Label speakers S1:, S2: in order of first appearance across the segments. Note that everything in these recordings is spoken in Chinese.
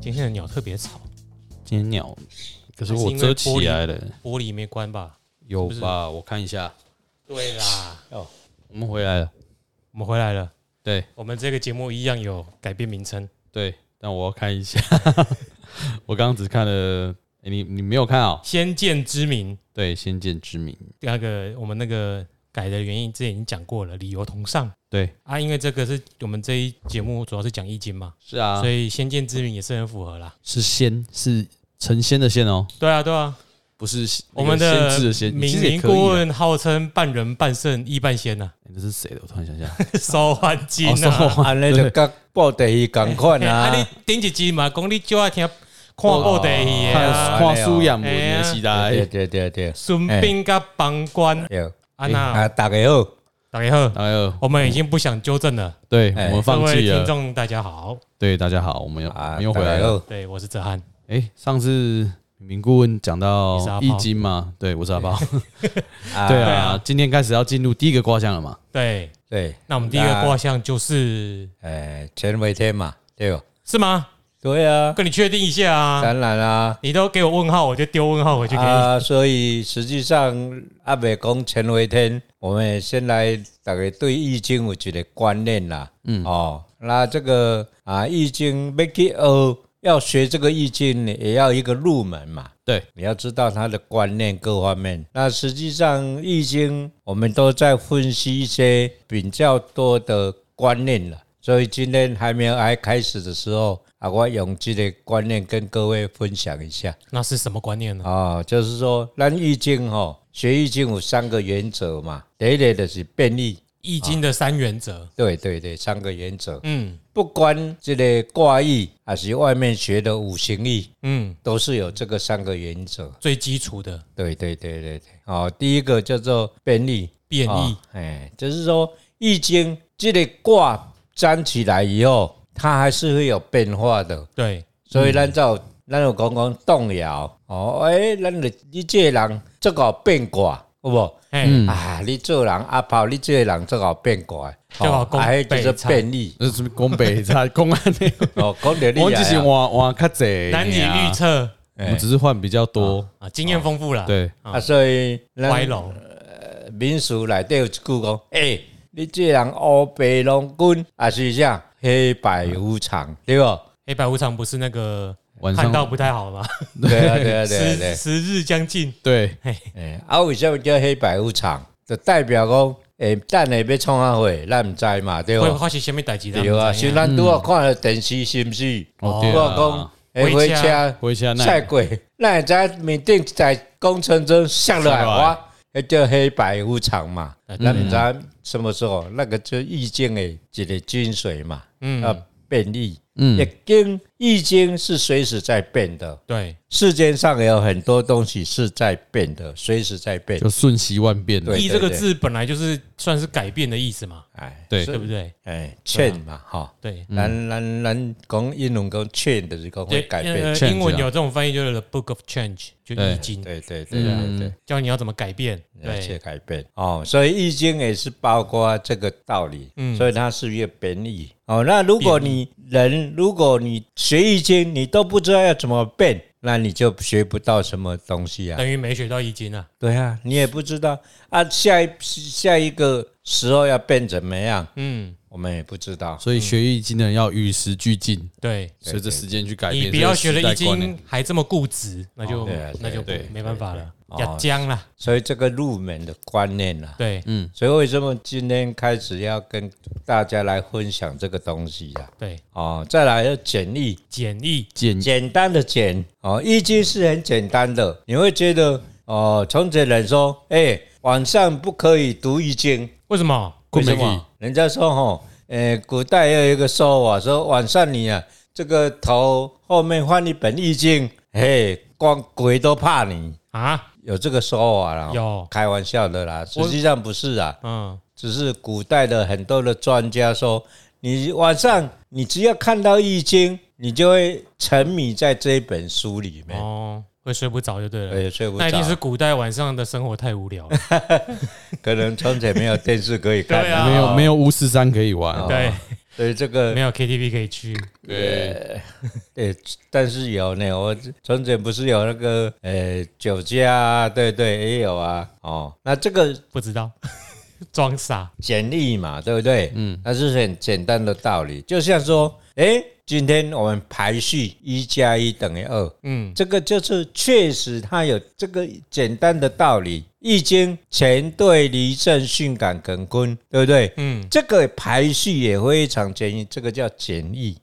S1: 天的鸟特别吵，
S2: 今天鸟，可是
S1: 还是
S2: 我
S1: 因为
S2: 遮
S1: 玻
S2: 起
S1: 璃
S2: 来了，
S1: 玻璃没关吧？
S2: 有
S1: 不是
S2: 吧？我看一下，
S1: 对啦，哦，
S2: 我们回来了，
S1: 我们回来了，
S2: 对
S1: 我们这个节目一样有改变名称，
S2: 对，但我要看一 下，我刚刚只看了，诶你你没有看啊、
S1: 《先见之明》
S2: 对，《先见之明》，
S1: 第二个我们那个改的原因之前已经讲过了，理由同上
S2: 对，
S1: 啊，因为这个是我们这一节目主要是讲易经嘛，
S2: 是啊
S1: 所，以《先见之明》也是很符合啦。
S2: 是仙，是成仙的仙哦，
S1: 对啊，对啊，
S2: 不是那
S1: 我们
S2: 个
S1: 的
S2: 先知的仙，其
S1: 明
S2: 实
S1: 明
S2: 也可以
S1: 顾
S2: 啊、
S1: 问号称半人半圣亦半仙呐，
S2: 诶这是谁的？我突然想起来，
S1: 收还金
S2: 哦，
S1: 啊。
S3: 安尼 就甲报第一共款
S1: 欸 啊，哦你
S3: 啊！
S1: 顶一集嘛，讲你就爱听看报地戏的
S2: 看
S1: 啊，
S2: 看书也文
S1: 哎呀
S2: 的时
S3: 对
S2: 代，
S3: 对对对
S1: 孙膑甲帮官
S3: 对，
S1: 安娜，
S3: 啊，大家好，
S1: 大家好，
S2: 哎呦，
S1: 我们已经不想纠正了，
S2: 对
S3: 哎
S2: 我们放
S1: 各位
S2: 弃
S1: 听
S2: 了。
S1: 众大家好，
S2: 对，大家好，我们又我
S3: 啊，
S2: 们又回来了。
S3: 大
S1: 对我是哲翰，
S2: 哎，上次明顾问讲到
S1: 你是阿炮
S2: 易经嘛，对，我是阿包。
S3: 家好，
S2: 对
S3: 啊
S2: 啊，今天开始要进入第一个卦象了嘛？
S1: 对，
S3: 对，
S1: 那我们第一个卦象就是
S3: 哎，乾为天嘛，对吧？
S1: 是吗？
S3: 对啊，
S1: 跟你确定一下啊，
S3: 当然啊，
S1: 你都给我问号，我就丢问号回去给你。
S3: 啊，所以实际上阿北讲乾为天，我们先来大家对《易经》有一个观念啦，嗯，哦，那这个啊，《易经》要去学，要学这个《易经》，也要一个入门嘛，
S2: 对，
S3: 你要知道它的观念各方面。那实际上，《易经》我们都在分析一些比较多的观念了。所以今天还没有还开始的时候啊，我用这个观念跟各位分享一下
S1: 那是什么观念呢？
S3: 啊、就是说，咱《易经》哈，学《易经》有三个原则嘛，第一个就是变易，
S1: 易经的三原
S2: 啊
S1: 则，
S3: 对对对，三个原则，
S1: 嗯
S3: 不管这个卦易还是外面学的五行易，
S1: 嗯，
S3: 都是有这个三个原则。
S1: 最基础的
S3: 对对对对对，哦，第一个叫做变易，
S1: 变
S3: 哦
S1: 易，
S3: 哎、就是说《易经》这个卦粘起来以后，它还是会有变化的，
S1: 对，
S3: 所以咱就咱就讲讲动摇哦，哎、咱就你这个人这个变卦，有无？
S1: 哎，
S2: 嗯
S3: 啊，你做人阿炮，你这个人这个变卦的，
S1: 这个讲
S3: 还就
S1: 白
S3: 是
S1: 菜
S3: 变易
S2: 那是不是宫北在公安那 个，
S3: 哦，讲着你
S2: 我们只是
S3: 啊，
S2: 玩玩较济，
S1: 难以
S2: 哎
S1: 预
S2: 呀，
S1: 测
S2: 我们只是换比较多。
S1: 啊，经验丰富了，，
S2: 对，
S3: 啊，所以咱
S1: 歪楼。
S3: 民俗内底有一句讲，诶、你这人乌白龙君，还是啥黑白无常，对不？
S1: 黑白无常不是那个
S2: 晚
S1: 看到
S2: 上
S1: 不太好吗？
S3: 对啊，对啊，对啊，对
S1: 时
S3: 啊。
S1: 时日将近，
S2: 对
S3: 诶啊，为什么叫黑白无常？就代表讲，诶、等下要创啥货，咱毋知嘛，对
S1: 会
S3: 不？
S1: 发生什嗯么代志？
S3: 对啊，虽然拄好看了电视，是毋是？
S2: 哦
S3: 拄
S2: 对啊
S3: 好讲，诶，
S1: 火
S3: 火
S1: 车
S3: 车
S2: 回家啊那
S3: 赛过，那在面顶一台工程车下落来
S2: 下落来
S3: 哇，那叫黑白无常
S1: 嗯
S3: 嘛。那你知道什么时候？那个就易经的一个精髓嘛，
S1: 嗯，
S3: 啊，变易。
S2: 嗯
S3: 易经易经是随时在变的，
S1: 对，
S3: 世间上也有很多东西是在变的，随时在变
S2: 就。瞬息万变的
S3: 对。
S1: 易这个字本来就是算是改变的意思嘛，
S3: 哎，
S2: 对嗯
S3: 所
S1: 对
S3: 以
S1: 不对？
S3: 哎，劝嘛，哈，
S1: 对，
S3: 咱咱咱讲英文讲劝就是讲会
S1: 对，
S3: 改
S1: 呃
S3: 变。
S2: change 啊
S1: 英文有这种翻译就是 The Book of Change，就
S2: 对
S1: 易经，
S3: 对对对对
S2: 嗯
S3: 对。
S1: 教你要怎么改变。
S3: 而且
S1: 对，
S3: 改变哦，所以《易经》也是包括这个道理，
S1: 嗯
S3: 所以它是越贬义哦。那如果你人，如果你学《易经》，你都不知道要怎么变，那你就学不到什么东西啊。
S1: 等于没学到易经啊。
S3: 对啊，你也不知道啊，下一下一个时候要变怎么样，
S1: 嗯，
S3: 我们也不知道。
S2: 所以学易经的人要与时俱进，
S1: 对，
S2: 随着时间去改变。
S1: 你不要学了易
S2: 这个时代观念
S1: 经还这么固执，那就
S3: 对啊对
S1: 那就
S2: 对
S1: 没办法了，
S3: 对对哦
S1: 要僵了。
S3: 所以这个入门的观念啦、
S1: 对
S3: 所以为什么今天开始要跟大家来分享这个东西呀、
S1: 对，
S3: 哦，再来要简易，
S1: 简易，
S2: 简
S3: 简单的简哦，易经是很简单的，你会觉得哦，从前人说，哎、晚上不可以读易经，
S1: 为什么？
S2: 困
S3: 为什
S2: 没力
S3: 么？人家说哦，呃，古代有一个说法，说晚上你啊，这个头后面放一本易经，嘿，光鬼都怕你，
S1: 啊？
S3: 有这个说法啦。
S1: 有，
S3: 开玩笑的啦，实
S1: 我
S3: 际上不是啊，
S1: 嗯，
S3: 只是古代的很多的专家说，你晚上你只要看到《易经》，你就会沉迷在这一本书里面，
S1: 哦，会睡不着就对了。
S3: 而且睡不
S1: 那一定是
S3: 着。
S1: 古代晚上的生活太无聊了。
S3: 可能从前没有电视可以看，
S1: 对啊
S2: 没有没有巫师三可以玩
S3: 哦
S2: 啊。
S1: 对，
S3: 所以这个
S1: 没有 KTV 可以去，
S2: 对，
S3: 对，但是有呢，我从前不是有那个呃酒家、啊，对对也有啊，哦，那这个
S1: 不知道 装傻。
S3: 简历嘛，对不对？嗯，那是很简单的道理，就像说，诶，今天我们排序一加一等于二，
S1: 嗯，
S3: 这个就是确实它有这个简单的道理，《易经》乾兑离震巽坎艮坤，对不对？
S1: 嗯
S3: 这个排序也非常简易，这个叫简易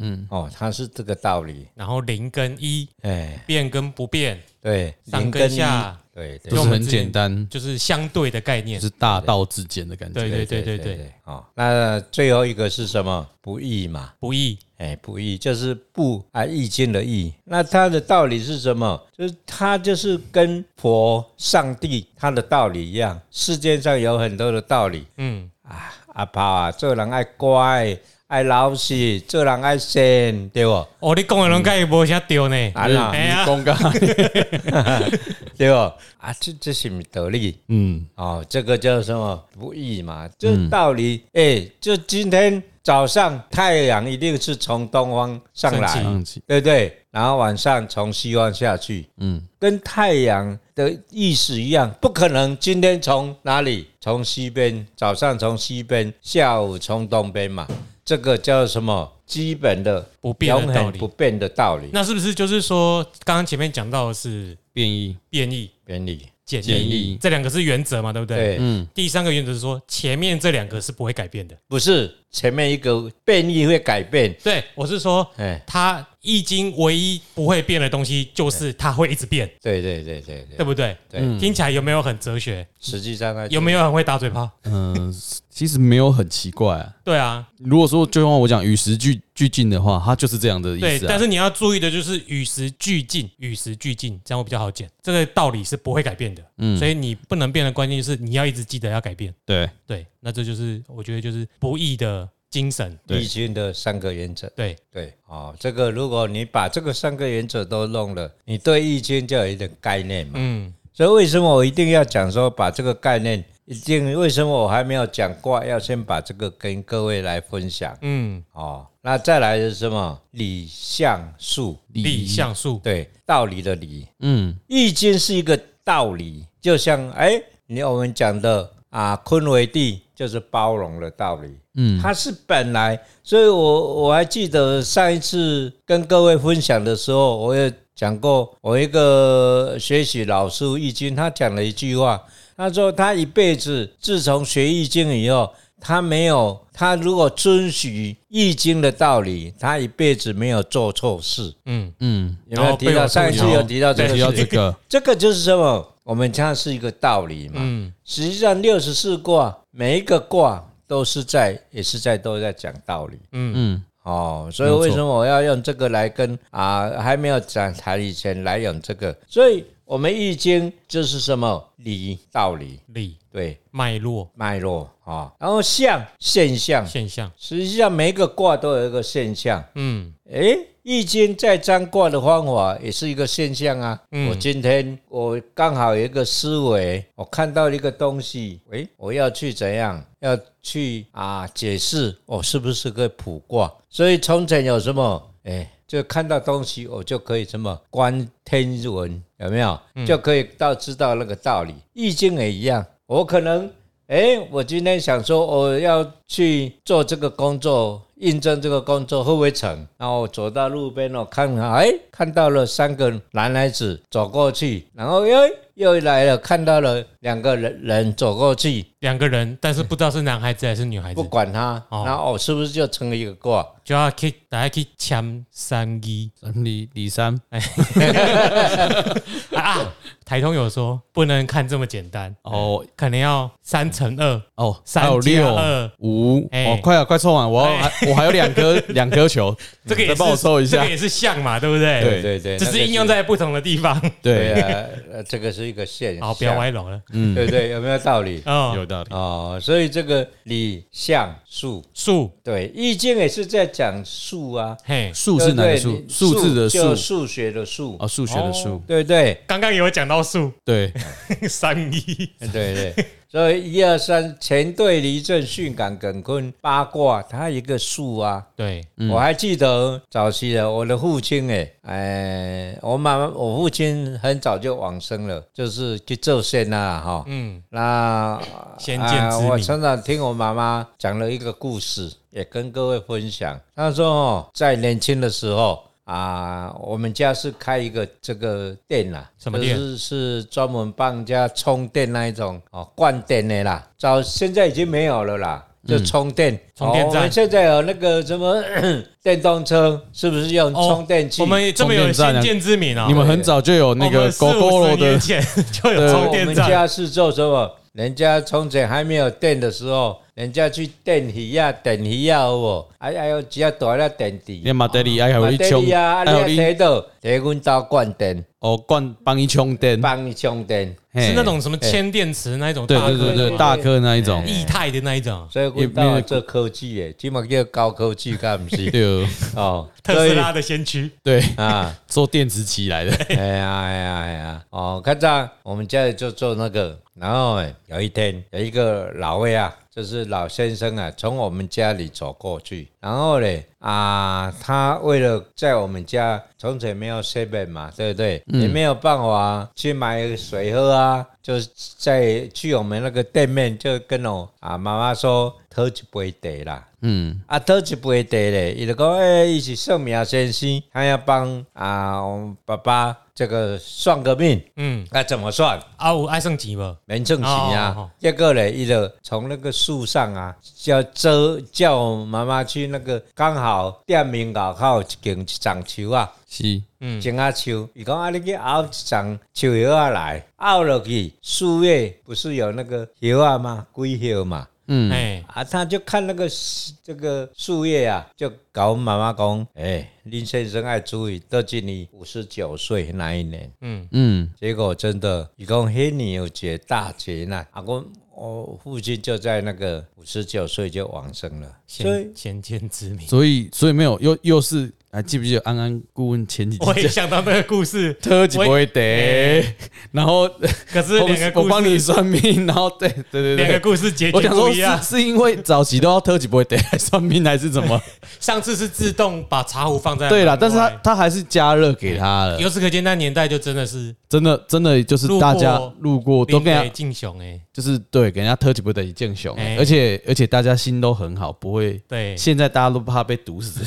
S1: 嗯，
S3: 哦，它是这个道理，
S1: 然后零跟一
S3: 哎，
S1: 变跟不变，
S3: 对，
S1: 上
S3: 零
S1: 跟
S3: 跟一
S1: 下，
S3: 对对
S2: 就
S1: 用
S2: 是
S1: 我们
S2: 很
S1: 自己
S2: 简单，
S1: 就是相对的概
S2: 就
S1: 念。
S2: 是大道至简的感觉。
S1: 对对对对
S3: 对
S1: 对，，
S3: 哦，那最后一个是什么？不易嘛，
S1: 不易。
S3: 哎，不易就是不啊，易经的易。那它的道理是什么？就是它就是跟佛、上帝它的道理一样。世界上有很多的道理
S1: 嗯，
S3: 啊，阿爸啊，做人爱乖，爱老实，做人爱善，对不？
S1: 哦，你讲的人该无啥对呢？
S3: 啊啦，
S1: 哎呀，
S2: 公告，
S3: 对不？啊，这这是什么道理？
S2: 嗯，
S3: 哦，这个叫什么不易嘛？这
S1: 嗯
S3: 道理，哎、就今天早上太阳一定是从东方上
S1: 升
S3: 来
S1: 起，
S2: 放弃，
S3: 对不对？然后晚上从西方下去，
S2: 嗯，
S3: 跟太阳的意思一样，不可能今天从哪里？从西边，早上从西边，下午从东边嘛。这个叫什么？基本的
S1: 不变
S3: 永
S1: 的道
S3: 恒
S1: 理
S3: 不。变的道理
S1: 那是不是就是说，刚刚前面讲到的是
S2: 变异，
S1: 变异、
S3: 原理。
S1: 简
S2: 简
S1: 易
S2: 易
S1: 这两个是原则嘛？对不对？
S3: 对，
S2: 嗯，
S1: 第三个原则是说，前面这两个是不会改变的。
S3: 不是前面一个变异会改变，
S1: 对，我是说，
S3: 哎，
S1: 它易经唯一不会变的东西就是它会一直变，
S3: 对对对对对
S1: 对不对？
S3: 对，
S1: 听起来有没有很哲学？
S3: 实际上呢，
S1: 有没有很会打嘴炮？
S2: 嗯，其实没有很奇怪啊。
S1: 对啊，
S2: 如果说就像我讲与时俱俱进的话，它就是这样的意
S1: 对，
S2: 思啊。
S1: 但是你要注意的就是与时俱进，与时俱进，这样会比较好讲。这个道理是不会改变的，所以你不能变的关键就是你要一直记得要改变。
S2: 对，
S1: 对，那这就是我觉得就是不易的精神。
S2: 对
S3: 易经的三个原则？
S1: 对，
S3: 对，哦，这个如果你把这个三个原则都弄了，你对易经就有一点概念嘛。
S1: 嗯，
S3: 所以为什么我一定要讲说把这个概念，一定为什么我还没有讲过，要先把这个跟各位来分享
S1: 嗯，
S3: 哦。那再来是什么？理象术，
S1: 理，像素，
S3: 对，道理的理，
S2: 嗯，
S3: 易经是一个道理，就像哎，你我们讲的啊，坤为地就是包容的道理。嗯，它是本来，所以我我还记得上一次跟各位分享的时候，我也讲过，我一个学习老师易经，他讲了一句话，他说他一辈子自从学易经以后。他没有，他如果遵循易经的道理，他一辈子没有做错事。
S1: 嗯，
S3: 有没
S1: 然
S3: 有
S1: 后
S3: 提
S1: 被
S3: 到？
S1: 我哦
S3: 上一
S1: 吐
S3: 次
S1: 槽
S3: 有提到这个
S2: 提
S3: 事
S2: 到
S3: 情
S2: 这个，
S3: 这个就是什么？我们它是一个道理嘛。实际上六十四卦每一个卦都是在，也是在都在讲道理。
S2: 嗯，
S3: 哦，所以为什么我要用这个来跟啊还没有讲谈以前来用这个？所以我们易经就是什么理道理
S1: 理
S3: 对
S1: 脉络
S3: 脉络啊、哦然后象现象，
S1: 现象，
S3: 实际上每一个卦都有一个现象。
S1: 嗯，
S3: 诶，易经在占卦的方法也是一个现象啊。
S1: 嗯
S3: 我今天我刚好有一个思维，我看到一个东西，诶，我要去怎样？要去啊解释我是不是个卜卦？所以从前有什么？诶，就看到东西，我就可以什么观天文，有没有？
S1: 嗯
S3: 就可以到知道那个道理。易经也一样，我可能哎，我今天想说我要去做这个工作，应征这个工作会不会成？然后我走到路边哦，看看，哎，看到了三个男孩子走过去，然后又又来了，看到了两个人人走过去，
S1: 两个人，但是不知道是男孩子还是女孩
S3: 不
S1: 子，
S3: 管他，
S1: 哦
S3: 然后我是不是就成了一个卦？
S1: 就要去大家去签三一
S2: 李李三，
S1: 啊啊！台通有说不能看这么简单，
S2: 哦
S1: 可能要三乘二，
S2: 哦，
S1: 三
S2: 还有
S1: 加
S2: 六
S1: 二
S2: 五，
S1: 哎
S2: 哦，快啊，快凑完，我要
S1: 哎
S2: 还我还有两颗 两颗球，
S1: 这个也
S2: 再
S1: 是
S2: 帮我凑一
S1: 这
S2: 下
S1: 个，也是像嘛，对不对？
S3: 对对对，
S1: 只
S3: 那个
S1: 是应用在不同的地 方。
S2: 对，
S3: 对
S2: 嗯
S3: 啊，呃这个是一个现象，
S1: 好，不要歪楼了。
S3: 对不对？有没有道理？
S1: 哦，
S2: 有道理，
S3: 哦，所以这个理象数，
S1: 数，
S3: 对，易经也是在讲数啊。
S1: 嘿，
S2: 数是哪个
S3: 对不
S2: 数
S3: 对？你
S2: 数字的
S3: 就
S2: 数，
S3: 数学的数，
S2: 哦，数学的数，
S3: 对不对？
S1: 刚刚有讲到数
S2: 对，
S1: 三一，
S3: 对对， 所以一二三，前队离震、巽坎、艮坤、八卦，它一个数啊。
S1: 对，
S2: 嗯
S3: 我还记得哦早期的我的父亲哎，哎，我妈妈我父亲很早就往生了，就是去做仙啦哈。
S1: 嗯，
S3: 那哎
S1: 先见之明
S3: 我常常听我妈妈讲了一个故事，也跟各位分享。她说哦，在年轻的时候啊，我们家是开一个这个店啦，
S1: 什么店
S3: 就是是专门帮人家充电那一种哦，灌电的啦。早现在已经没有了啦。就充电，
S1: 嗯充电
S3: 哦
S1: 站
S3: 我们现在有那个什么 电动车，是不是用
S1: 哦
S3: 充电器？
S1: 我们这么有先见之明啊！
S2: 你们很早就有那
S1: 我
S2: 个
S1: 们四五
S2: g
S1: 十
S2: o g o
S1: 年
S2: 的，
S1: 前 就有充
S3: 我
S1: 电
S3: 们
S1: 站，
S3: 家是做什么？人家从前还没有电的时候，人家去电鱼啊，电鱼啊，哦，哎哎呦，只要大了电池
S2: 你，马德里还有
S3: 嘛
S2: 一哎
S3: 电
S2: 冲
S3: 池，啊，
S2: 还
S3: 啊
S2: 有
S3: 你
S2: 你
S3: 要提到，提阮兜灌电，
S2: 哦，灌帮一充电，
S3: 帮你充电，
S2: 嗯嘿
S1: 是那种什么铅电池那一种
S2: 对
S1: 大
S2: 对对
S1: 个
S2: 对大颗那一种，
S1: 液态的那一种，啊
S3: 所以
S2: 也
S3: 阮
S2: 没有
S3: 兜做科技的，即嘛叫高科技，敢 毋是？
S2: 对
S3: 哦，
S1: 特斯拉的先驱。
S2: 对，
S3: 所以啊。
S2: 做电池起来的，
S3: 哎呀哎呀哎呀！哦，看到我们家里就做那个，然后哎有一天有一个老魏啊，就是老先生啊，从我们家里走过去，然后嘞啊，他为了在我们家从前没有 seven 嘛，对不对？也没有办法去买水喝啊，就是在去我们那个店面就跟我啊妈妈说喝一杯茶啦。
S2: 嗯，
S3: 啊，倒一杯茶咧，伊就讲，诶、伊是算命先生，他要帮啊我爸爸这个算个命，
S1: 嗯，
S3: 那、怎么算？
S1: 啊，我爱剩几吧？
S3: 没挣钱啊。
S1: 哦哦哦
S3: 结果咧，伊就从那个树上啊，叫遮叫妈妈去那个刚好店面外口有一根一丛树啊，
S2: 是，
S1: 嗯
S3: 种啊树，伊讲啊，你去拗一丛树叶啊来，拗落去树叶不是有那个叶啊吗？龟叶嘛。
S2: 嗯，
S1: 哎，
S3: 啊，他就看那个树这个树叶啊，就搞我妈妈讲，哎、林先生爱注意，到今年五十九岁那一年，
S1: 嗯，
S2: 嗯，
S3: 结果真的，一共黑年有劫大劫难，啊，我我父亲就在那个五十九岁就往生了，所以
S1: 先先见之明。
S2: 所以所以没有，又又是还记不记得安安顾问前几
S1: 我也
S2: 集
S1: 想到那个故事，
S2: 特几不会得，然后
S1: 可是两个
S2: 我
S1: 故
S2: 帮你
S1: 事，
S2: 算命，然后对对对
S1: 两个
S2: 对。
S1: 故事结
S2: 我
S1: 局
S2: 想说
S1: 不一
S2: 是
S1: 样。
S2: 是因为早期都要特几不会得来算命还是怎 么？
S1: 上次是自动把茶壶放在
S2: 对啦，
S1: 门
S2: 但是他
S1: 外
S2: 他还是加热给他了，
S1: 由此可见，那年代就真的是
S2: 真的真的就是大家路过都
S1: 兵
S2: 跟人
S1: 北
S2: 家
S1: 进雄哎，
S2: 就是对给人家特几不会得一见熊
S1: 哎，
S2: 而且而且大家心都很好，不会。
S1: 对，
S3: 哎
S2: 现在大家都怕被毒 死，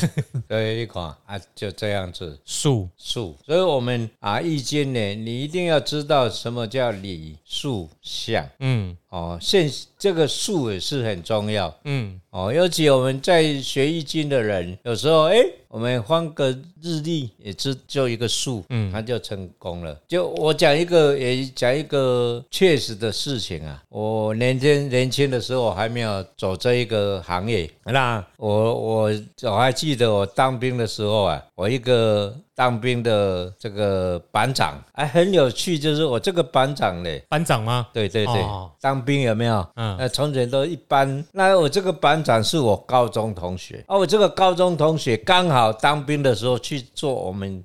S3: 所以你看啊，就这样子。
S1: 树
S3: 数，所以我们啊，《易经》呢，你一定要知道什么叫理、数、象
S1: 嗯
S3: 哦。现这个数也是很重要，
S1: 嗯，
S3: 哦，尤其我们在学易经的人，有时候哎、诶我们换个日历也只就一个数，嗯，他就成功了。就我讲一个，也讲一个确实的事情啊。我年轻年轻的时候还没有走这一个行业，那我我我还记得我当兵的时候啊，我一个。当兵的这个班长，哎，很有趣，就是我这个班长嘞，
S1: 班长吗？
S3: 对对对，
S1: 哦
S3: 当兵有没有？
S1: 嗯
S3: 那从前都一般。那我这个班长是我高中同学，啊，我这个高中同学刚好当兵的时候去做我们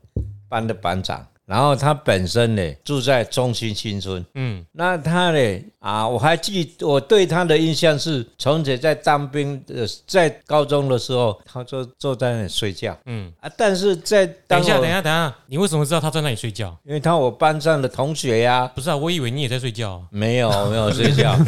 S3: 班的班长，然后他本身呢住在中心新村，
S1: 嗯，
S3: 那他嘞啊，我还记我对他的印象是，从前在当兵呃，在高中的时候，他就坐在那里睡觉，
S1: 嗯
S3: 啊，但是在
S1: 等
S3: 当
S1: 一下，
S3: 我
S1: 等一下，等一下，你为什么知道他在那里睡觉？
S3: 因为他我班上的同学呀、
S1: 不是啊，我以为你也在睡觉啊。
S3: 没有没有睡觉，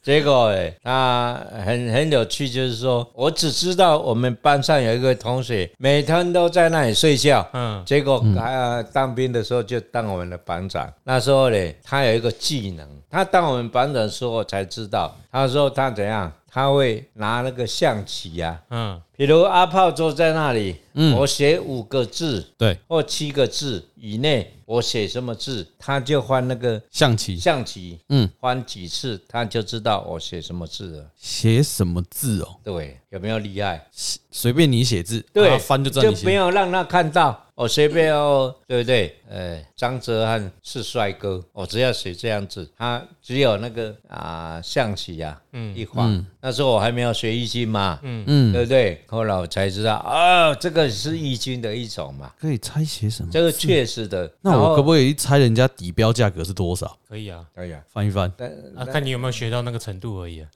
S3: 结果哎、他很很有趣，就是说我只知道我们班上有一个同学每天都在那里睡觉，
S1: 嗯，
S3: 结果他、呃当兵的时候就当我们的班长。那时候嘞，他有一个技能，他当我们班长的时候我才知道，他说他怎样，他会拿那个象棋呀、
S1: 嗯，
S3: 比如阿炮坐在那里，我写五个字
S2: 对，
S3: 或七个字以内，我写什么字，他就换那个
S2: 象棋
S3: 象棋，
S2: 嗯，
S3: 翻几次他就知道我写什么字了。
S2: 写什么字哦？
S3: 对，有没有厉害？
S2: 随便你写字，
S3: 对，
S2: 把它翻就知道你
S3: 没
S2: 写。
S3: 有让他看到。我随便哦，对不对？呃，张哲瀚是帅哥，我只要写这样子，他只有那个啊、象棋啊，嗯，一画。那时候我还没有学易经嘛，嗯嗯，对不对？后来我才知道，哦，这个是易经的一种嘛，
S2: 可以猜写什么？
S3: 这个确实的。
S2: 那我可
S3: 不
S2: 不可以猜人家底标价格是多少？
S1: 可以啊，
S3: 可以啊？
S2: 翻一翻，
S3: 但
S1: 啊，看你有没有学到那个程度而已啊。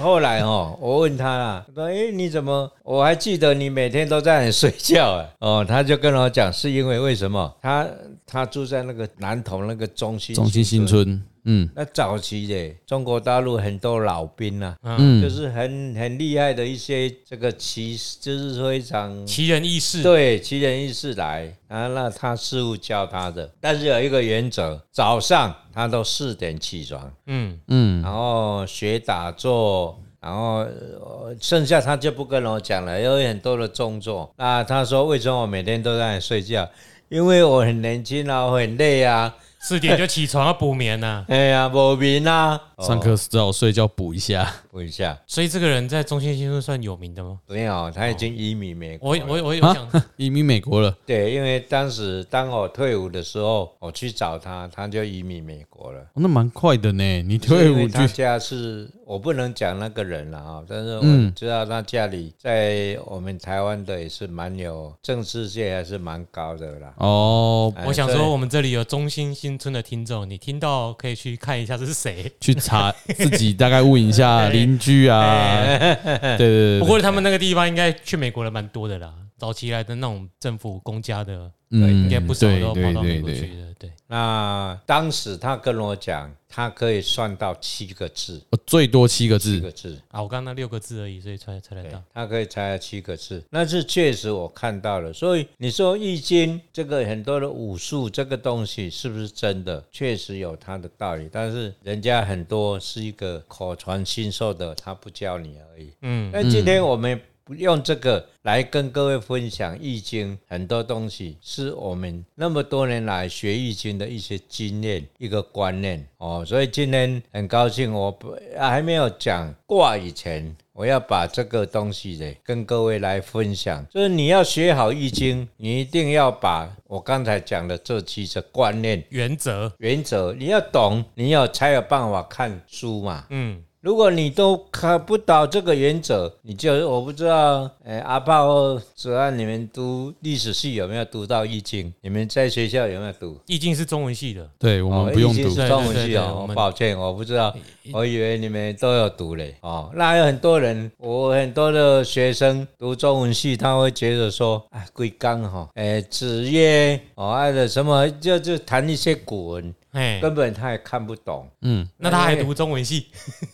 S3: 后来哦，我问他啦，我说：“哎、你怎么？我还记得你每天都在那里睡觉哎。”哦，他就跟我讲，是因为为什么？他他住在那个南投那个中心
S2: 中心新。村，嗯
S3: 那早期的中国大陆很多老兵呐、啊，
S2: 嗯，
S3: 就是很很厉害的一些这个骑，就是非常
S1: 奇人异事，
S3: 对奇人异事来啊。那他师傅教他的，但是有一个原则，早上他都四点起床，
S1: 嗯，
S2: 嗯，
S3: 然后学打坐，然后呃剩下他就不跟我讲了，有很多的动作。那他说为什么我每天都在那里睡觉？因为我很年轻啊，我很累啊，
S1: 四点就起床要补眠呐、
S3: 哎呀，我眠啊。
S2: 上课只好睡觉补一下。
S3: 补一下，
S1: 所以这个人在中心新村算有名的吗？
S3: 没有，他已经移民美
S1: 我
S3: 国了。
S1: 我我有
S2: 啊
S1: 想，
S2: 移民美国了，
S3: 对，因为当时当我退伍的时候，我去找他，他就移民美国了。
S2: 哦那蛮快的呢。你退
S3: 因为
S2: 伍
S3: 他
S2: 去，
S3: 家是我不能讲那个人了啊，但是我
S2: 嗯
S3: 知道他家里在我们台湾的也是蛮有政治界还是蛮高的啦。
S2: 哦，
S3: 哎
S1: 我想
S3: 所以
S1: 说，我们这里有中心新村的听众，你听到可以去看一下这是谁。
S2: 去查自己大概问一 下邻居啊，对对对
S1: 不
S2: 对，
S1: 过他们那个地方应该去美国人蛮多的啦，早期来的那种政府公家的，应
S2: 嗯
S1: 该不少
S2: 对
S1: 都跑
S2: 对
S1: 到美
S2: 对
S1: 国
S2: 对，
S1: 去的。对，
S3: 那当时他跟我讲，他可以算到七个字，
S2: 哦最多七个字，
S3: 七个字。
S1: 啊，我刚刚那六个字而已，所以猜猜得
S3: 对
S1: 到。
S3: 他可以猜到七个字，那是确实我看到了。所以你说《易经》这个很多的武术这个东西是不是真的？确实有它的道理，但是人家很多是一个口传心授的，他不教你而已。
S1: 嗯，
S3: 那今天我们不用这个来跟各位分享《易经》，很多东西是我们那么多年来学《易经》的一些经验、一个观念哦。所以今天很高兴，我不啊还没有讲卦以前。我要把这个东西呢跟各位来分享，就是你要学好《易经》，你一定要把我刚才讲的这几个观念、
S1: 原则，
S3: 原则，你要懂，你要才有办法看书嘛。
S1: 嗯，
S3: 如果你都看不到这个原则，你就我不知道，呃、阿爸或子安，你们读历史系有没有读到《易经》？你们在学校有没有读？
S1: 易经是中文系的，
S2: 对我
S3: 哦
S2: 们不用
S3: 易经
S2: 读
S3: 是，
S1: 对
S3: 中文系
S1: 对
S3: 哦
S1: 我，们哎
S3: 抱歉，我不知道，我以为你们都有读嘞。哦，那有很多人，我很多的学生读中文系，他会觉得说，啊，贵纲哈，哎、子曰哦，啊的什么，就就谈一些古文，
S1: 哎，
S3: 根本他也看不懂，
S2: 嗯，
S1: 那他还读中文系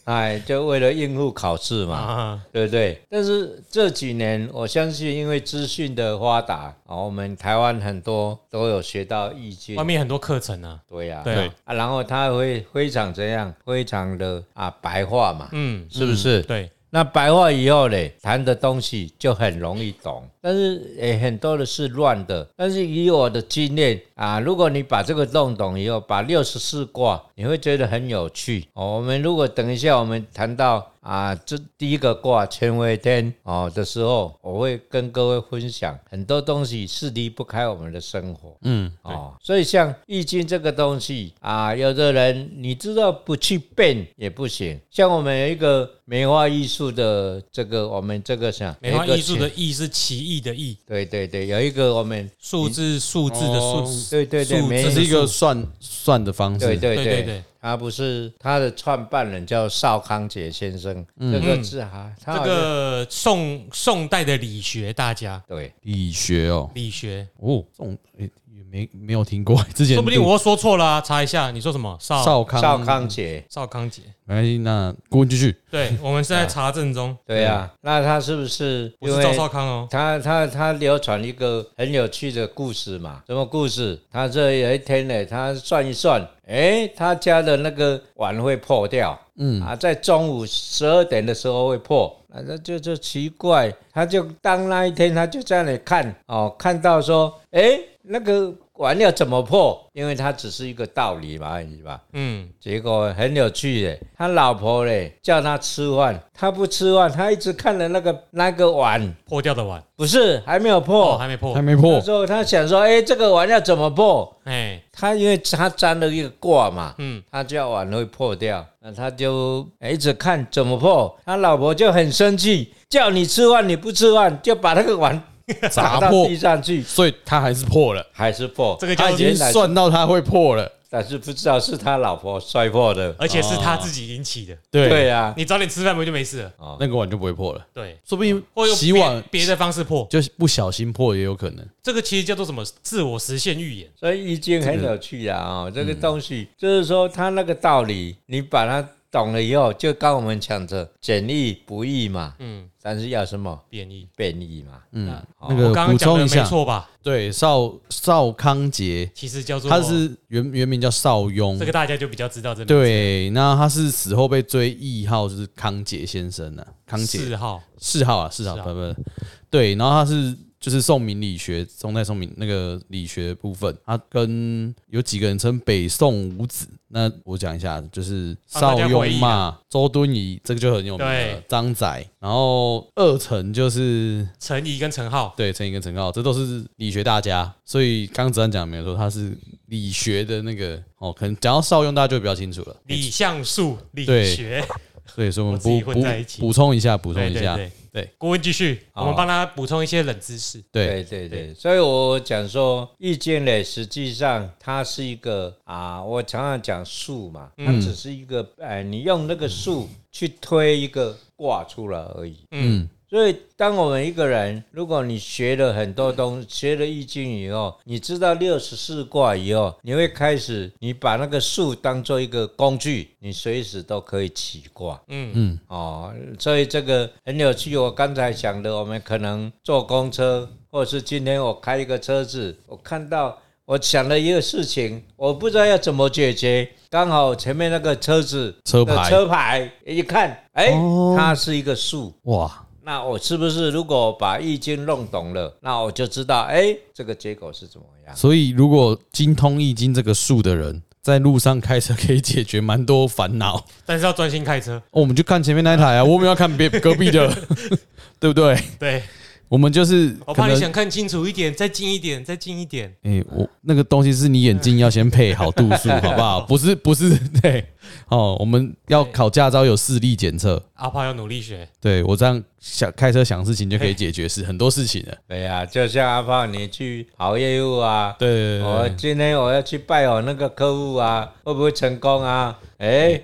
S3: 哎，就为了应付考试嘛。
S1: 啊？
S3: 对不对？但是这几年，我相信因为资讯的发达，啊，我们台湾很多都有学到易经
S1: 外。面很多课程啊，
S3: 对呀、
S1: 对啊
S3: 啊然后它会非常怎样，非常的啊白话嘛，
S1: 嗯，
S3: 是不是？
S1: 对，
S3: 那白话以后嘞，谈的东西就很容易懂，但是也很多的是乱的。但是以我的经验啊，如果你把这个弄懂以后，把六十四卦，你会觉得很有趣。哦，我们如果等一下我们谈到啊，这第一个卦乾为天哦的时候，我会跟各位分享很多东西是离不开我们的生活。
S2: 嗯，
S3: 哦，所以像《易经》这个东西啊，有的人你知道不去变也不行。像我们有一个梅花艺术的这个，我们这个啥
S2: 哎
S1: 梅花
S3: 有一
S1: 艺术
S3: 个钱
S1: 的艺是奇异的异，
S3: 对对对，有一个我们
S1: 数字数字的
S2: 哦
S1: 数，
S3: 对对对
S1: 数
S3: 梅
S1: 字的
S2: 这是一
S1: 数
S2: 个算算的方
S3: 对
S2: 式，
S3: 对
S1: 对
S3: 对
S1: 对对嗯
S3: 他不是他的创办人叫邵康节先生，这个字啊，他
S1: 这
S3: 好像
S1: 个宋宋代的理学大家，
S3: 对
S2: 理学哦，
S1: 理学，
S2: 哦，这种诶也没没有听过， 之前
S1: 说不定
S2: 读
S1: 我又说错了啊，查一下，你说什么？邵
S2: 少康
S3: 邵康节，
S1: 邵康杰，
S2: 没关系，那顾问继续。
S1: 对我们是
S2: 啊
S1: 在查证中，
S3: 对啊，那他是不是
S1: 不
S3: 因
S1: 是赵
S3: 为
S1: 少康哦，
S3: 他他他流传一个很有趣的故事嘛？什么故事？他这有一天呢，他算一算，诶，他家的那个碗会破掉，嗯啊，在中午十二点的时候会破，啊，那就就奇怪，他就当那一天他就在那里看哦，看到说，诶，那个完了怎么破？因为它只是一个道理嘛，你吧。
S1: 嗯，
S3: 结果很有趣耶，他老婆嘞叫他吃饭，他不吃饭，他一直看着那个那个碗，
S1: 破掉的碗
S3: 不是还没有
S1: 哦，
S3: 破。
S1: 还没破
S2: 还，没
S3: 那
S2: 破
S3: 时候他想说，哎、这个碗要怎么破？
S1: 哎，
S3: 他因为他粘了一个挂嘛，
S1: 嗯，
S3: 他叫碗会破掉，那他就哎一直看怎么破。他老婆就很生气，叫你吃饭你不吃饭，就把那个碗
S2: 砸
S3: 打到
S2: 破
S3: 地，上去，
S2: 所以他还是破了。
S3: 还是破。
S1: 这个
S2: 他
S1: 叫
S2: 已经
S3: 原来是
S2: 算到他会破了，
S3: 但是不知道是他老婆摔破的。
S1: 而且是他自己引起的。
S2: 对，
S3: 对啊，
S1: 你早点吃饭不就没事了？
S2: 那个碗就不会破了。
S1: 对，
S2: 说不定
S1: 或用
S2: 哦洗碗
S1: 别别的方式破，
S2: 就是不小心破也有可能。
S1: 这个其实叫做什么？自我实现预言。
S3: 所以易经很有趣啊，哦，这个东西、就是说它那个道理，你把它懂了以后，就刚我们讲的简易不易嘛，
S1: 嗯，
S3: 但是要什么
S1: 变异。
S3: 变易嘛，
S2: 嗯
S1: 那，我
S2: 那个
S1: 刚
S2: 补
S1: 刚讲
S2: 充
S1: 的
S2: 一
S1: 没
S2: 下，
S1: 错吧？
S2: 对，邵邵康杰，
S1: 其实叫做
S2: 他是原原名叫邵雍
S1: 这，个大家就比较知道这
S2: 对，那他是死后被追谥号就是康杰先生呢，康杰
S1: 四号
S2: 谥号啊，谥号
S1: 谥
S2: 不
S1: 号
S2: 不，对，然后他是。就是宋明理学，宋代宋明那个理学部分，他跟有几个人称北宋五子。那我讲一下，就是
S1: 帮大
S2: 邵
S1: 家回忆啊
S2: 雍嘛，周敦颐，这个就很有名了
S1: 对，
S2: 张载，然后二程就是
S1: 陈怡跟陈浩，
S2: 对，陈怡跟陈浩，这都是理学大家，所以刚刚子安讲没有错，他是理学的那个哦，可能讲到邵雍，大家就比较清楚了。
S1: 李相术、李
S2: 对
S1: 学，
S2: 所以说我们
S1: 我自己
S2: 补
S1: 混在一起
S2: 补补充一下，补充
S1: 对
S2: 一下，哦
S1: 对
S2: 对。
S1: 顾问继续，
S3: 好
S1: 我们帮他补充一些冷知识。
S2: 对
S3: 对对，所以我讲说易经呢，实际上它是一个啊，我常常讲数嘛，它只是一个哎，你用那个数去推一个卦出来而已。
S1: 嗯，
S3: 所以，当我们一个人，如果你学了很多东西，学了易经以后，你知道六十四卦以后，你会开始，你把那个数当做一个工具，你随时都可以起卦。
S1: 嗯
S2: 嗯，
S3: 哦，所以这个很有趣。我刚才讲的，我们可能坐公车，或是今天我开一个车子，我看到。我想了一个事情，我不知道要怎么解决。刚好前面那个车子
S2: 车
S3: 的
S2: 牌
S3: 车牌一看，哎、
S2: 哦
S3: 它是一个数，
S2: 哇，
S3: 那我是不是如果把易经弄懂了，那我就知道，哎，这个结果是怎么样？
S2: 所以如果精通易经这个术的人，在路上开车可以解决蛮多烦恼、哦
S1: 但是要专心开车。
S2: 我们就看前面那一台啊，我们要看别隔壁的， 对不对？
S1: 对，
S2: 我们就是
S1: 我
S2: 可
S1: 怕
S2: 能
S1: 你想看清楚一点，再近一点，再近一点。
S2: 哎、我那个东西是你眼睛要先配好度 数，好不好？不是，不是，对，哦，我们要考驾照有视力检测，
S1: 阿炮要努力学，
S2: 对我这样想开车想事情就可以解决事很多事情了。
S3: 对呀、就像阿胖，你去跑业务啊，
S2: 对
S3: 我今天我要去拜访那个客户啊，会不会成功啊？哎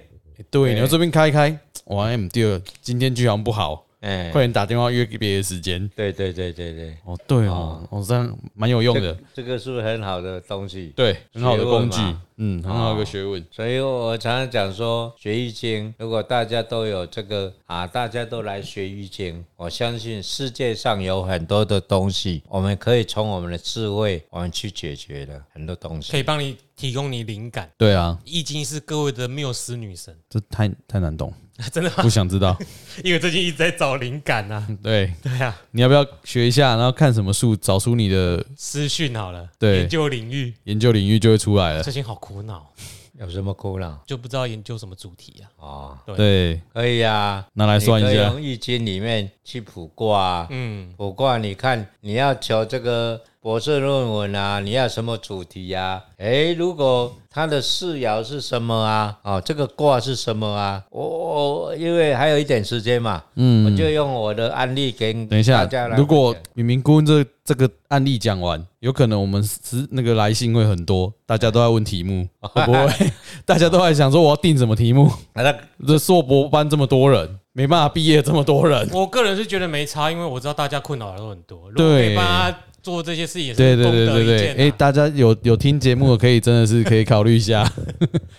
S2: 对，你要这边开一开，哇，M 第二，今天居然不好，
S3: 哎，
S2: 快点打电话约别的时间。
S3: 对对对对对，
S2: 哦，对哦，哦，这样蛮有用的，
S3: 啊这个是很好的东西。
S2: 对，很好的工具
S3: 学问嘛，啊
S2: 嗯，很好的学问。
S3: 所以我常常讲说，学易经，如果大家都有这个啊，大家都来学易经，我相信世界上有很多的东西，我们可以从我们的智慧，我们去解决的很多东
S1: 可
S3: 西。
S1: 以帮你提供你灵感。
S2: 对啊，
S1: 易经是各位的缪斯女神，
S2: 这太太难懂，
S1: 真的吗？
S2: 不想知道。
S1: 因为最近一直在找灵感啊。
S2: 对，
S1: 对啊，
S2: 你要不要学一下，然后看什么书，找出你的
S1: 私讯好了，
S2: 对
S1: 研究领域
S2: 研究领域就会出来了。
S1: 最近好苦恼，
S3: 有什么苦恼
S1: 就不知道研究什么主题啊。
S3: 哦，
S2: 对，
S3: 可以啊，
S2: 拿来算一
S3: 你可以
S2: 下。
S3: 用易经里面去卜卦、啊，
S1: 嗯，
S3: 卜卦你看你要求这个博士论文啊，你要什么主题啊？诶，如果它的四爻是什么啊？哦，这个卦是什么啊？我我我因为还有一点时间嘛，我
S2: 嗯，
S3: 就用我的案例给
S2: 等一
S3: 大
S2: 下
S3: 家来，
S2: 如果
S3: 分享
S2: 明明顾问这这个案例讲完，有可能我们是那个来信会很多，大家都在问题目，
S3: 哦
S2: 会不 会？大家都在想说我要定什么题目？
S3: 啊那
S2: 这硕博班这么多人，没办法毕业这么多 人，
S1: 我个人是觉得没差，因为我知道大家困扰的都很多，如果可以
S2: 对
S1: 帮他做这些事也
S2: 对
S1: 是
S2: 对
S1: 功
S2: 对
S1: 德
S2: 对
S1: 一
S2: 对，哎、
S1: 件啊。
S2: 大家有有听节目的可以真的是可以考虑一下，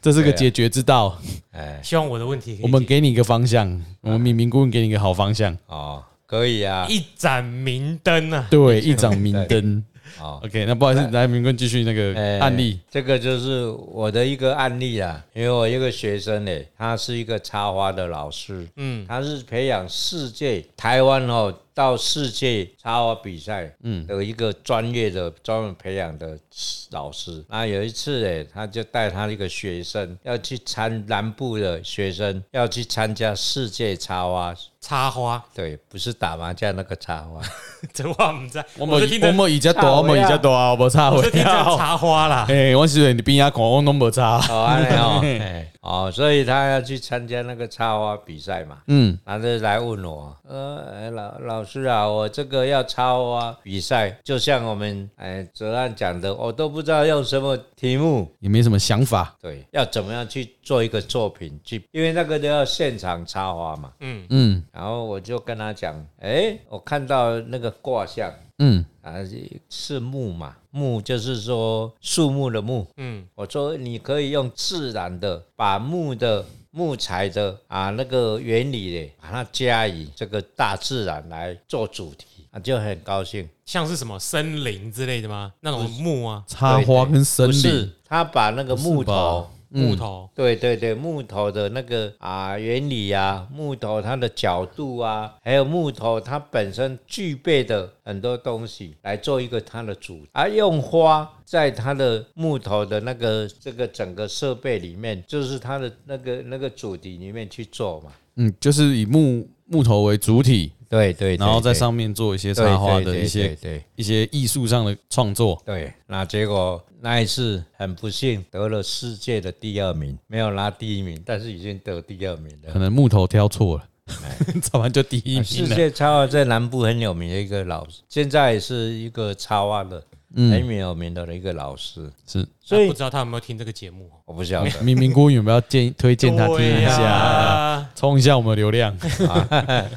S2: 这是个
S3: 对啊
S2: 解决之道。
S3: 哎
S1: 希望我的问题可以
S2: 我们
S1: 解
S2: 给你一个方向，我们明明顾问给你一个好方向，
S3: 哦，可以啊，
S1: 一盏明灯啊。
S2: 对，一盏明灯。
S3: 哦。
S2: OK，那不好意思，来明棍继续那个
S3: 哎
S2: 案例。
S3: 这个就是我的一个案例啦，因为我一个学生呢，他是一个插花的老师，
S1: 嗯，
S3: 他是培养世界台湾哦到世界插花比赛，嗯，有一个专业的专门培养的老师。那有一次，哎，他就带他一个学生要去参南部的学生要去参加世界插花，
S1: 插花，
S3: 对，不是打麻将那个插花，
S1: 这话唔知，
S2: 我
S1: 我是
S2: 们
S1: 听
S2: 我
S1: 着，
S2: 们以前大，
S3: 差
S2: 我
S3: 不多
S2: 们以前大，无差
S1: 我是听着
S2: 我。
S1: 插花啦。
S2: 哎，我是你边啊讲，我拢无差。
S3: 好啊，哦，哎哦，所以他要去参加那个插花比赛嘛，
S2: 嗯，
S3: 他就来问我，呃，哎老老师啊，我这个要插花比赛，就像我们哎哲安讲的，我都不知道用什么题目，
S2: 也没什么想法。
S3: 对，要怎么样去做一个作品去，因为那个都要现场插花嘛。
S2: 嗯
S3: 然后我就跟他讲，哎，我看到那个卦象
S2: 嗯
S3: 啊是木嘛，木就是说树木的木，
S1: 嗯，
S3: 我说你可以用自然的把木的木材的啊那个原理嘞，把它加以这个大自然来做主题，啊就很高兴。
S1: 像是什么森林之类的吗？那种木啊，
S2: 插花跟森
S3: 不
S2: 林
S3: 是，他把那个木头。
S2: 嗯
S1: 木头，
S3: 对对对，木头的那个啊原理啊，木头它的角度啊，还有木头它本身具备的很多东西来做一个它的主，而、用花在它的木头的那个这个整个设备里面，就是它的那个那个主题里面去做嘛。
S2: 嗯，就是以木木头为主体，
S3: 对对
S2: 然后在上面做一些插花的一些
S3: 对
S2: 一些艺术上的创作。
S3: 对，那结果那一次很不幸得了世界的第二名，没有拿第一名，但是已经得第二名了
S2: 可。能木头挑错了， 早完就第一
S3: 啊世
S2: 名了。
S3: 界插画在南部很有名的一个老师，现在也是一个插画的、很有名的一个老师，
S2: 是，
S3: 所
S1: 那不
S3: 以
S1: 知道他有没有听这个节目？
S3: 啊
S1: 哦
S3: 我不晓得
S2: 明明姑有没有建推荐他听一
S1: 对
S2: 下，
S1: 啊，
S2: 冲一下我们流量？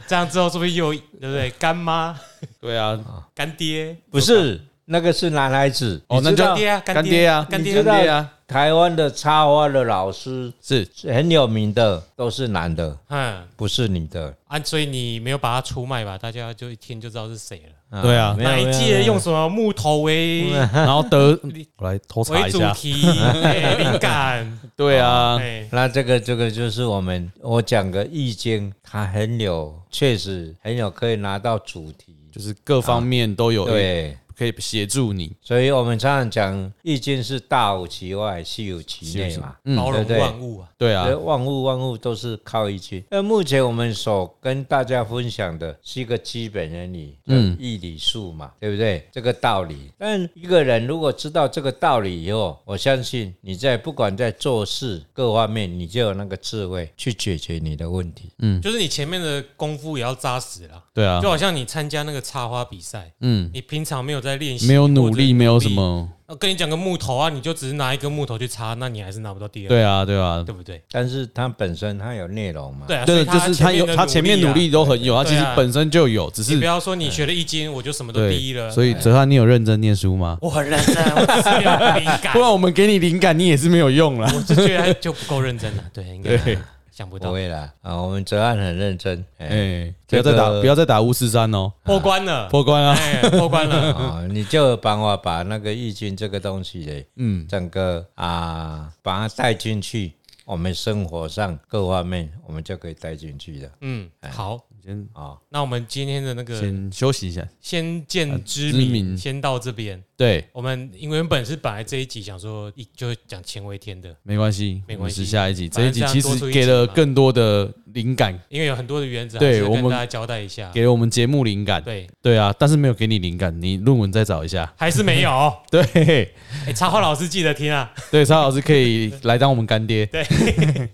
S1: 这样之后是不是又有对不对？干妈、
S2: 对啊，
S1: 干爹、
S3: 不是那个是男孩子
S2: 哦那
S3: 你知道
S1: 干爹啊、
S2: 干爹啊，
S1: 干
S3: 你
S1: 爹
S3: 知
S1: 啊，
S3: 道
S2: 干爹啊
S3: 台湾的插花的老师
S2: 是
S3: 是很有名的，都是男的，
S1: 嗯
S3: 不是女的。
S1: 啊，所以你没有把他出卖吧？大家就一听就知道是谁了。
S2: 对啊
S3: 没有
S1: 哪一
S3: 没有
S1: 届
S3: 没有
S1: 用什么木头为
S2: 然后得 我来偷查
S1: 为
S2: 一
S1: 主
S2: 下，
S1: 题， 哎灵感，
S2: 对啊，
S1: 哎，
S3: 那这个这个就是我们我讲个易经，它很有，确实很有可以拿到主题。
S2: 就是各方面都有
S3: 对，
S2: 可以协助你。
S3: 所以我们常常讲易经是大有其外，细有其内嘛。
S1: 包容
S3: 对不对
S1: 万物啊，
S2: 嗯对啊
S3: 所以，万物万物都是靠一句。那目前我们所跟大家分享的是一个基本原理，嗯，易理术嘛，对不对？这个道理。但一个人如果知道这个道理以后，我相信你在不管在做事各方面，你就有那个智慧去解决你的问题。
S1: 就是你前面的功夫也要扎实啦。
S2: 对啊
S1: 就，好像你参加那个插花比赛，
S2: 嗯，
S1: 你平常没有在练习，
S2: 没有努
S1: 或者
S2: 力，没有什。么，
S1: 我跟你讲个木头啊，你就只是拿一根木头去插，那你还是拿不到第二，
S2: 对啊，对啊，
S1: 对不对？
S3: 但是它本身它有内容嘛，
S1: 对啊，所
S2: 对，
S1: 以
S2: 就是他有
S1: 的
S2: 他前面
S1: 啊
S2: 努力，都很有，他其
S1: 对
S2: 实
S1: 啊
S2: 本身就有，只
S1: 你
S2: 是
S1: 不要说你学了易经，我就什么都第一
S2: 对，
S1: 了。
S2: 所以哲翰，你有认真念书吗？
S1: 我很认真，啊我只是没有灵感
S2: 不，然我们给你灵感，你也是没有用啦。
S1: 我就觉得就不够认真了。对，应该
S2: 对
S1: 想不
S3: 不
S1: 到
S3: 会啦啊，我们哲案很认真，哎、
S2: 哎，不要再打，
S3: 这个
S2: 不要再打巫师三哦，
S1: 破关了，
S2: 破关啊！
S1: 哎，破关 了。
S3: 啊，你就帮我把那个易经这个东西嘞，嗯，整个啊，把它带进去，我们生活上各方面，我们就可以带进去的
S1: 嗯，好，
S2: 先
S3: 啊。
S1: 那我们今天的那个《
S2: 哎先休息一下，
S1: 先见之
S2: 之
S1: 明》
S2: 明
S1: 先到这边。
S2: 对，
S1: 我们因为原本是本来这一集想说一就讲前为天的，
S2: 没关系，
S1: 没关系
S2: 我们是下一集，
S1: 反
S2: 这一
S1: 正
S2: 集
S1: 这样
S2: 其
S1: 多出
S2: 实
S1: 一
S2: 给
S1: 集
S2: 了
S1: 嘛
S2: 更多的灵感，
S1: 因为有很多的原则，
S2: 对
S1: 还是
S2: 我
S1: 跟
S2: 们
S1: 大家交代一下。
S2: 给了我们节目灵感。
S1: 啊对，
S2: 对啊，但是没有给你灵感，你论文再找一 下。
S1: 还是没 有。
S2: 对，
S1: 哎，插花老师记得听啊。
S2: 对，沙老师可以来当我们干爹。对，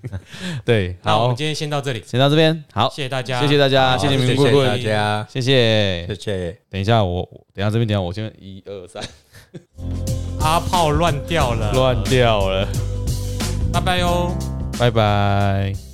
S2: 对，
S1: 那我
S2: 好
S1: 们，今天先到这里，
S2: 先到这边，好，
S1: 谢谢啊大家，
S2: 谢谢大家，啊谢谢你
S3: 哦谢
S2: 们
S1: 顾
S2: 顾
S1: 问
S3: 谢
S2: 问
S3: 大，家，
S2: 谢谢
S3: 谢。谢。
S2: 等一下，我我等一下这边等一下，我先一二三，
S1: 阿 炮乱掉了，
S2: 乱掉了，
S1: 拜拜哟。
S2: 拜拜。